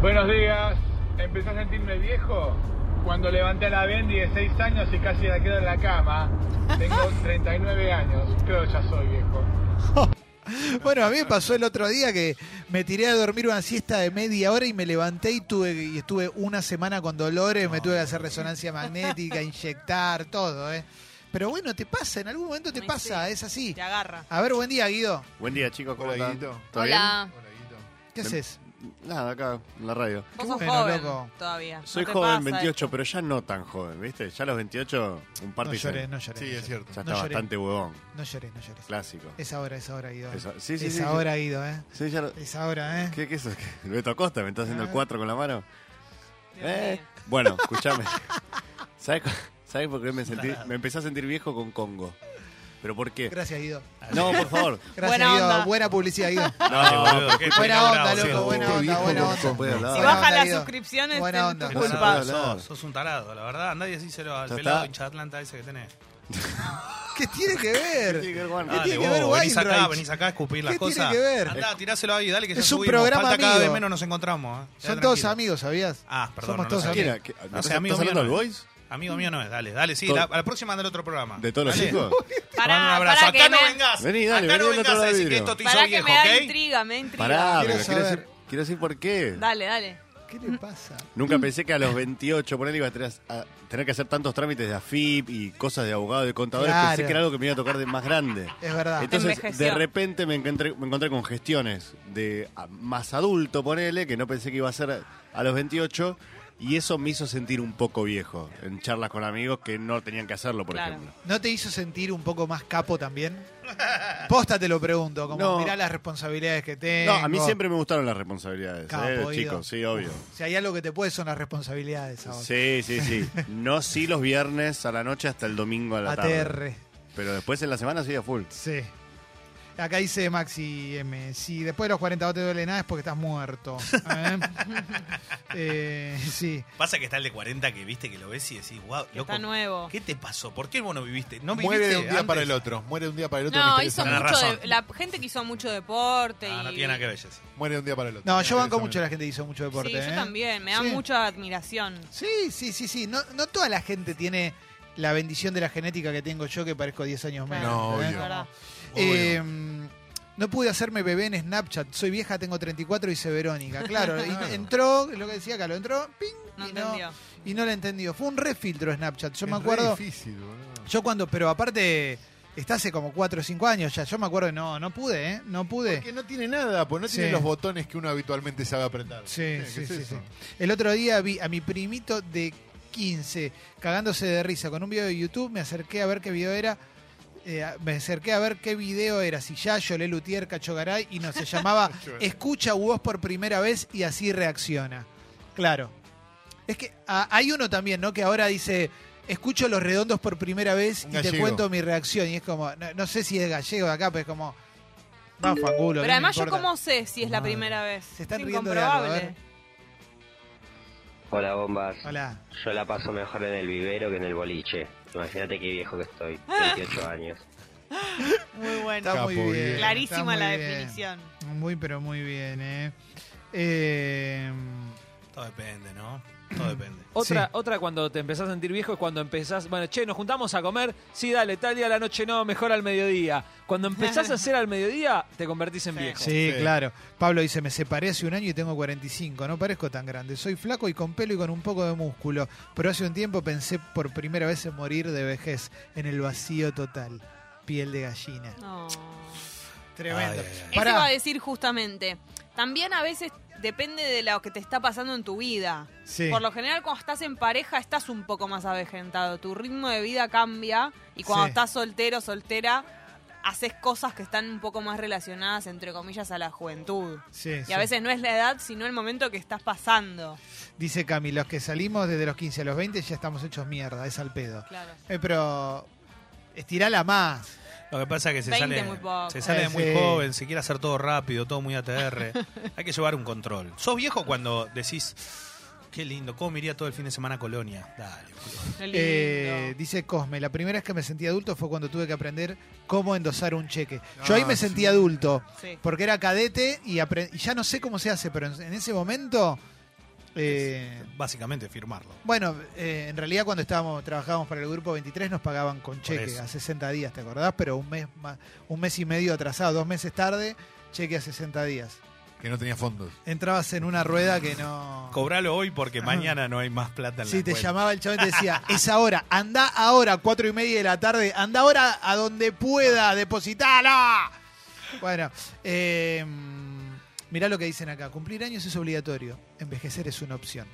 I: Buenos días. Empecé a sentirme viejo cuando levanté a la Bendy de 6 años y casi la quedo en la cama. Tengo 39 años. Creo que ya soy viejo.
A: Bueno, a mí me pasó el otro día que me tiré a dormir una siesta de media hora y me levanté y, tuve, y estuve una semana con dolores, me tuve que hacer resonancia magnética, inyectar, todo, ¿eh? Pero bueno, te pasa, en algún momento te
C: Ay,
A: pasa,
C: sí.
A: es así.
C: Te agarra.
A: A ver, buen día, Guido.
J: Buen día, chicos, ¿cómo
D: Hola,
J: están?
D: Guidito.
J: ¿Todo
C: Hola.
D: Hola, Guito.
A: ¿Qué
J: Me-
A: haces?
J: bien? Nada, acá en la radio.
C: Vos sos
A: bueno,
C: joven
A: loco.
C: todavía.
J: Soy
C: No te
J: joven,
C: pasa
J: 28, pero ya no tan joven, ¿viste? Ya a los 28, un par
A: No
J: de
A: llores, no
D: Sí,
A: llores.
D: es
A: no llores.
D: cierto.
J: Ya está
A: No lloré.
J: bastante huevón,
A: No llores, no llores.
J: clásico.
A: Es ahora, es ahora, Guido.
J: Esa- sí, sí,
A: es
J: sí,
A: ahora, Guido, ¿eh?
J: Sí, ya lo-
A: Es ahora, ¿eh?
J: ¿Qué, qué es eso? Beto Acosta, ¿me está haciendo el
A: Ah.
J: 4 con la mano?
C: Dios
J: Eh,
C: mío.
J: Bueno, escúchame. ¿Sabes cu- sabes por qué me sentí? Me empecé a sentir viejo con Congo. ¿Pero por qué?
A: Gracias, Guido.
J: No, por favor.
A: Gracias,
C: Buena
A: Guido.
C: onda.
A: Buena publicidad, Guido.
B: Dale, Ah, boludo, qué
A: Buena onda,
B: pelado,
A: loco,
B: sos.
A: buena
D: Qué
A: onda,
D: viejo
A: buena
D: con
A: onda.
J: Puede hablar.
C: Si
A: Buena
C: bajan
A: onda,
C: las
A: Guido.
C: suscripciones,
A: Buena
C: es
A: onda.
C: tu
J: No se
C: culpa.
J: puede
B: Sos-
J: hablar.
B: Sos un tarado, la verdad. Andá y decíselo al
J: Ya
B: pelado
J: está.
B: hincha de Atlanta ese que tenés.
A: ¿Qué tiene que ver? ¿Qué
B: Dale,
A: tiene que
B: vos,
A: ver
B: venís acá,
A: Weinreich?
B: venís acá a escupir las
A: ¿Qué tiene
B: cosas.
A: que ver?
B: Andá, tiráselo ahí, dale que ya
A: Es un
B: subimos.
A: programa
B: Falta cada
A: amigo.
B: vez menos nos encontramos. eh. Quedá
A: Son todos
B: tranquilo.
A: amigos, ¿sabías?
B: Ah, perdón.
A: Somos
B: no
A: todos
B: lo sabía.
A: amigos.
J: ¿Quién era? ¿Qué-
B: No
J: ¿Estás
B: sé, amigo
J: estás hablando
B: mío
J: del
B: no es.
J: Boys?
B: Amigo mío no es, dale, dale, sí,
J: Todo-
B: la- a la próxima del otro programa.
J: ¿De todos los
B: Dale.
J: chicos?
B: Te mando un
C: Pará,
B: abrazo.
C: pará
B: Acá
C: que
B: no
C: me-
B: vengas.
J: Vení, dale,
B: acá no
J: vení al otro
B: vengas a decir
J: lado
B: que
J: del
B: esto te hizo
C: Pará que
B: viejo,
C: me da
B: ¿ok?
C: intriga, me da intriga.
J: Pará,
A: Quiero
J: pero quiero
A: saber.
J: decir, quiero decir por qué.
C: Dale, dale.
A: ¿Qué le pasa?
J: Nunca pensé que a los 28, por ahí iba a tener, a tener que hacer tantos trámites de AFIP y cosas de abogado, de contadores.
A: Claro.
J: Pensé que era algo que me iba a tocar de más grande.
A: Es
B: Eh.
A: verdad.
J: Entonces,
C: Envejeció.
J: de repente me encontré, me encontré con gestiones de ah, más adulto, ponele, que no pensé que iba a ser a los 28. Y eso me hizo sentir un poco viejo en charlas con amigos que no tenían que hacerlo, por
C: Claro.
J: ejemplo.
A: ¿No te hizo sentir un poco más capo también? Posta te lo pregunto, como
J: No.
A: mirá las responsabilidades que tengo.
J: No, a mí siempre me gustaron las responsabilidades,
A: Capo,
J: ¿eh?
A: Guido.
J: chicos, sí, obvio.
A: Si hay algo que te puede son las responsabilidades ahora.
J: Sí, sí, sí. No sí los viernes a la noche hasta el domingo a la tarde.
A: ATR.
J: Pero después en la semana sí a full.
A: Sí. Acá dice Maxi M. Si después de los 40 no te duele nada es porque estás muerto. ¿Eh? Eh, sí.
B: Pasa que está el de 40 que viste que lo ves y decís, wow, loco.
C: Está nuevo.
B: ¿Qué te pasó? ¿Por qué vos no viviste? No viviste
D: Muere de un día
B: antes?
D: para el otro. Muere de un día para el otro.
C: No,
D: me
C: hizo
D: interesa.
B: Tenés
C: mucho
B: razón.
C: de- la gente que hizo mucho deporte
B: Ah, no
C: y
B: tiene nada que ver, Jessy.
D: Muere de un día para el otro.
A: No,
D: Me
A: yo banco
D: interesa
A: mucho a la gente que hizo mucho deporte.
C: Sí, yo
A: ¿eh?
C: también, me da
A: Sí.
C: mucha admiración.
A: Sí, sí, sí, sí. No, no toda la gente tiene la bendición de la genética que tengo yo, que parezco 10 años menos.
D: No,
A: ¿eh?
D: obvio.
C: Es verdad.
A: Eh, no pude hacerme bebé en Snapchat. Soy vieja, tengo 34, dice Verónica. Claro, y
D: Claro.
A: entró, lo que decía Carlos, entró, ping,
C: No
A: y, no,
C: entendió.
A: y no la entendió. Fue un refiltro Snapchat. Yo me
D: Es re
A: acuerdo,
D: difícil, boludo.
A: yo cuando, pero aparte, está hace como 4 o 5 años ya. Yo me acuerdo que no, no pude, ¿eh? No pude.
D: Porque no tiene nada, pues no
A: Sí.
D: tiene los botones que uno habitualmente sabe apretar.
A: Sí,
D: ¿Qué
A: sí,
D: es
A: sí, sí.
D: eso?
A: El otro día vi a mi primito de 15 cagándose de risa con un video de YouTube. Me acerqué a ver qué video era. eh, me acerqué a ver qué video era. Si ya Yolé Lutier, Cacho Garay, y no se llamaba Escucha voz por primera vez y así reacciona. Claro. Es que ah, hay uno también, ¿no? Que ahora dice. Escucho los redondos por primera vez
D: Un
A: y te
D: gallego.
A: cuento mi reacción. Y es como, no, no sé si es gallego de acá, pero es como. Va, fangulo. ¿qué
C: Pero
A: me
C: además yo
A: importa?
C: cómo sé si es la
A: Madre.
C: primera vez.
A: Se están
C: Es
A: riendo de algo, a
C: incomprobable.
A: ver.
G: Hola, bombas.
A: Hola.
G: Yo la paso mejor en el vivero que en el boliche. Imagínate qué viejo que estoy, 28 años.
C: Muy bueno.
A: Está muy
D: Capo,
A: bien.
D: bien.
A: está
C: Clarísima
A: muy
C: la
A: bien.
C: definición.
A: Muy, pero muy bien, ¿eh? Eh,
B: Todo depende, ¿no? Todo depende.
E: Otra,
A: Sí.
E: otra cuando te empezás a sentir viejo es cuando empezás, bueno, che, nos juntamos a comer, sí, dale, tal día a la noche no, mejor al mediodía. Cuando empezás a hacer al mediodía, te convertís en
C: Sí.
E: viejo.
A: Sí,
D: Sí.
A: claro. Pablo dice, me separé hace un año y tengo 45, no parezco tan grande. Soy flaco y con pelo y con un poco de músculo, pero hace un tiempo pensé por primera vez en morir de vejez, en el vacío total. Piel de gallina.
C: No.
A: Tremendo.
B: Ay, ay, ay.
C: Eso va a
A: Pará.
C: decir justamente. También a veces depende de lo que te está pasando en tu vida.
A: Sí.
C: Por lo general, cuando estás en pareja, estás un poco más avejentado. Tu ritmo de vida cambia y cuando
A: Sí.
C: estás soltero, soltera, haces cosas que están un poco más relacionadas, entre comillas, a la juventud.
A: Sí,
C: Y
A: sí.
C: a veces no es la edad, sino el momento que estás pasando.
A: Dice Cami, los que salimos desde los 15 a los 20 ya estamos hechos mierda, es al pedo.
C: Claro.
A: Eh, pero estirala más.
B: Lo que pasa es que se
C: 20
B: sale,
C: muy poco.
B: se sale
A: Eh,
B: de muy
A: sí.
B: joven, se quiere hacer todo rápido, todo muy ATR. Hay que llevar un control. Sos viejo cuando decís, qué lindo, ¿cómo me iría todo el fin de semana a Colonia? Dale, boludo.
C: Qué lindo.
A: Eh, dice Cosme, la primera vez que me sentí adulto fue cuando tuve que aprender cómo endosar un cheque. Yo ahí
D: Ah,
A: me
D: sí.
A: sentí adulto.
C: Sí.
A: Porque era cadete y, apre- y ya no sé cómo se hace, pero en, en ese momento. eh,
B: básicamente firmarlo.
A: bueno, eh, en realidad cuando estábamos trabajábamos para el grupo 23 nos pagaban con cheque
B: eso.
A: a 60 días, ¿te acordás? Pero un mes, ma- un mes y medio atrasado, dos meses tarde, cheque a 60 días.
D: Que no tenía fondos.
A: Entrabas en una rueda que no...
B: Cobralo hoy porque mañana no hay más plata en
A: Sí,
B: la
A: te
B: cuenta.
A: llamaba el chabón y te decía, es ahora, anda ahora, cuatro y media de la tarde, anda ahora a donde pueda, depositala. Bueno, eh, mirá lo que dicen acá, cumplir años es obligatorio, envejecer es una opción.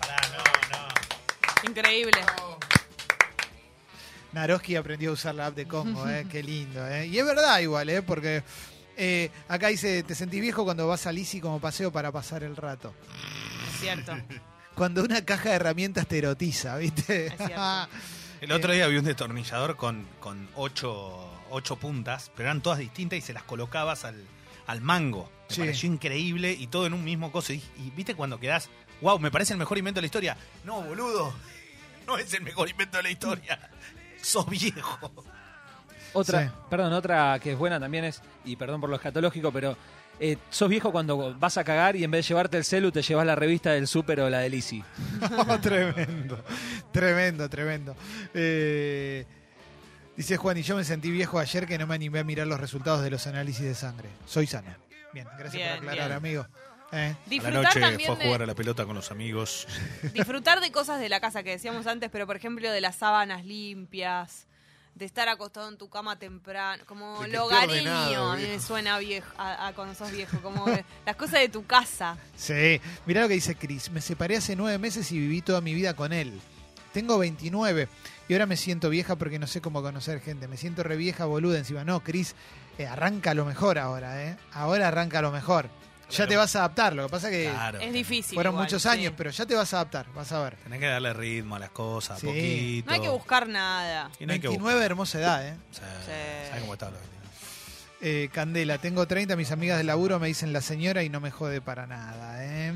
B: Pará, no, no.
C: Increíble.
A: Naroski aprendió a usar la app de Congo, ¿eh? qué lindo. ¿eh? Y es verdad igual, ¿eh? porque eh, acá dice, te sentís viejo cuando vas a Lisi como paseo para pasar el rato.
C: Es cierto.
A: Cuando una caja de herramientas te erotiza, ¿viste?
C: Es cierto.
B: El otro
A: Eh,
B: día vi un destornillador con, con ocho, ocho puntas, pero eran todas distintas y se las colocabas al, al mango. Me
A: Sí.
B: pareció increíble y todo en un mismo coso. Y, y viste cuando quedás, wow, me parece el mejor invento de la historia. No, boludo, no es el mejor invento de la historia. Sos viejo.
E: Otra,
A: Sí.
E: perdón, otra que es buena también es, y perdón por lo escatológico, pero eh, sos viejo cuando vas a cagar y en vez de llevarte el celu te llevas la revista del súper o la del Easy.
A: Oh, tremendo, tremendo, tremendo. Eh, dice Juan, y yo me sentí viejo ayer que no me animé a mirar los resultados de los análisis de sangre. Soy sana. Bien, gracias
C: Bien,
A: por aclarar,
C: bien.
A: amigo. Eh,
C: Disfrutar también de-
B: a la pelota con los amigos.
C: Disfrutar de cosas de la casa que decíamos antes, pero por ejemplo de las sábanas limpias, de estar acostado en tu cama temprano, como
D: De que esté
C: logareño,
D: ordenado,
C: a mí me
D: viejo.
C: suena viejo, a, a cuando sos viejo, como de- las cosas de tu casa.
A: sí, mirá lo que dice Chris. Me separé hace nueve meses y viví toda mi vida con él. Tengo 29 y ahora me siento vieja porque no sé cómo conocer gente. Me siento re vieja, boluda. Encima, no, Chris, eh, arranca lo mejor ahora, ¿eh? Ahora arranca lo mejor. Ya
B: Claro.
A: te vas a adaptar. Lo que pasa que
B: Claro.
C: Es difícil.
A: fueron
C: igual,
A: muchos
C: sí.
A: años, pero ya te vas a adaptar. Vas a ver.
B: Tenés que darle ritmo a las cosas,
A: Sí.
B: poquito.
C: No hay que buscar nada.
B: Y no hay que
A: 29, hermosa edad, ¿eh?
B: buscar. O sea,
C: Sí.
B: ¿sabés cómo está lo que tiene?
A: Eh, Candela, tengo 30, mis amigas de laburo me dicen la señora y no me jode para nada, ¿eh?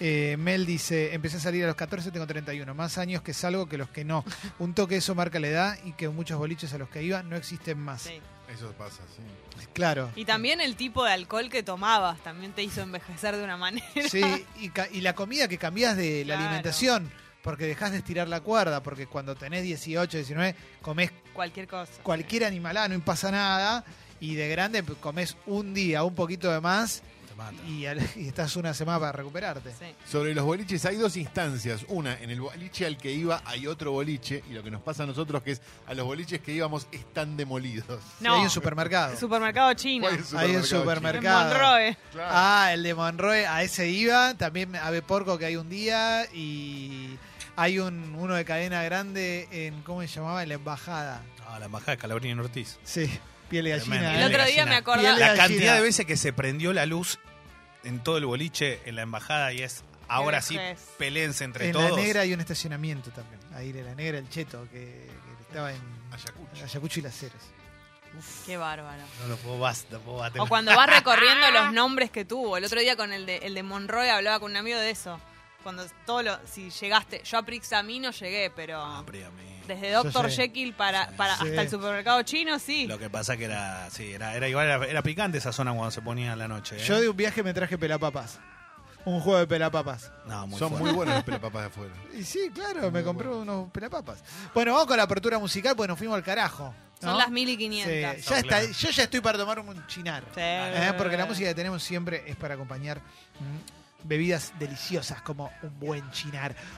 A: Eh, Mel dice, empecé a salir a los 14, tengo 31, más años que salgo que los que no. Un toque eso marca la edad y que muchos boliches a los que iba no existen más.
C: Sí.
D: Eso pasa, sí.
A: Claro.
C: Y también el tipo de alcohol que tomabas también te hizo envejecer de una manera.
A: Sí, y, ca- y la comida que cambiás de la
C: Claro.
A: alimentación, porque dejás de estirar la cuerda, porque cuando tenés 18, 19, comés
C: Cualquier cosa.
A: cualquier animalada, no pasa nada, y de grande pues, comés un día, un poquito de más,
B: Te mata.
A: y, al- y estás una semana para recuperarte.
C: Sí.
D: Sobre los boliches hay dos instancias. Una, en el boliche al que iba hay otro boliche. Y lo que nos pasa a nosotros que es a los boliches que íbamos están demolidos.
A: Sí,
C: No.
A: hay un supermercado.
C: Supermercado chino.
D: ¿Cuál es el
A: Hay un
D: chino?
C: En
A: supermercado.
C: Monroe.
D: Claro.
A: Ah, el de Monroe, a ese iba. También Ave Porco que hay un día. Y hay un, uno de cadena grande en, ¿cómo se llamaba? En la embajada.
B: Ah, la embajada de Calabrini y Ortiz.
A: Sí, piel de
B: Tremendo.
A: gallina.
C: El
A: ¿eh?
C: otro día
B: Gallina.
C: me acordaba.
A: Piel
B: La
A: gallina.
B: cantidad de veces que se prendió la luz en todo el boliche, en la embajada, y es ahora sí,
C: vejez.
B: pelense entre
A: en
B: todos.
A: la negra hay un estacionamiento también. Ahí de la negra, el cheto, que, que estaba en
D: Ayacucho.
A: Ayacucho y Las Heras.
C: Qué bárbaro.
K: No lo puedo, basta, no puedo bater.
C: O cuando vas recorriendo los nombres que tuvo. El otro día con el de, el de Monroy hablaba con un amigo de eso. Cuando todo lo, si llegaste, yo a Prixamí no llegué, pero
B: Hombre, amigo.
C: desde
A: Ah, Yo
C: Dr.
A: sé.
C: Jekyll para, para
A: Sí.
C: hasta el supermercado chino, sí.
B: Lo que pasa que era, sí, era, era igual, era, era picante esa zona cuando se ponía a la noche. ¿eh?
A: Yo de un viaje me traje pelapapas. Un juego de pelapapas.
B: No, muy
D: Son
B: fuerte.
D: muy buenos los pelapapas de afuera.
A: Y sí, claro, me compré unos pelapapas. Bueno, vamos con la apertura musical porque nos fuimos al carajo.
C: Son
A: ¿no?
C: las
A: Sí,
C: 1500.
A: ya está, yo ya estoy para tomar un chinar.
C: Sí.
A: Eh, Porque la música que tenemos siempre es para acompañar mm, bebidas deliciosas como un buen chinar.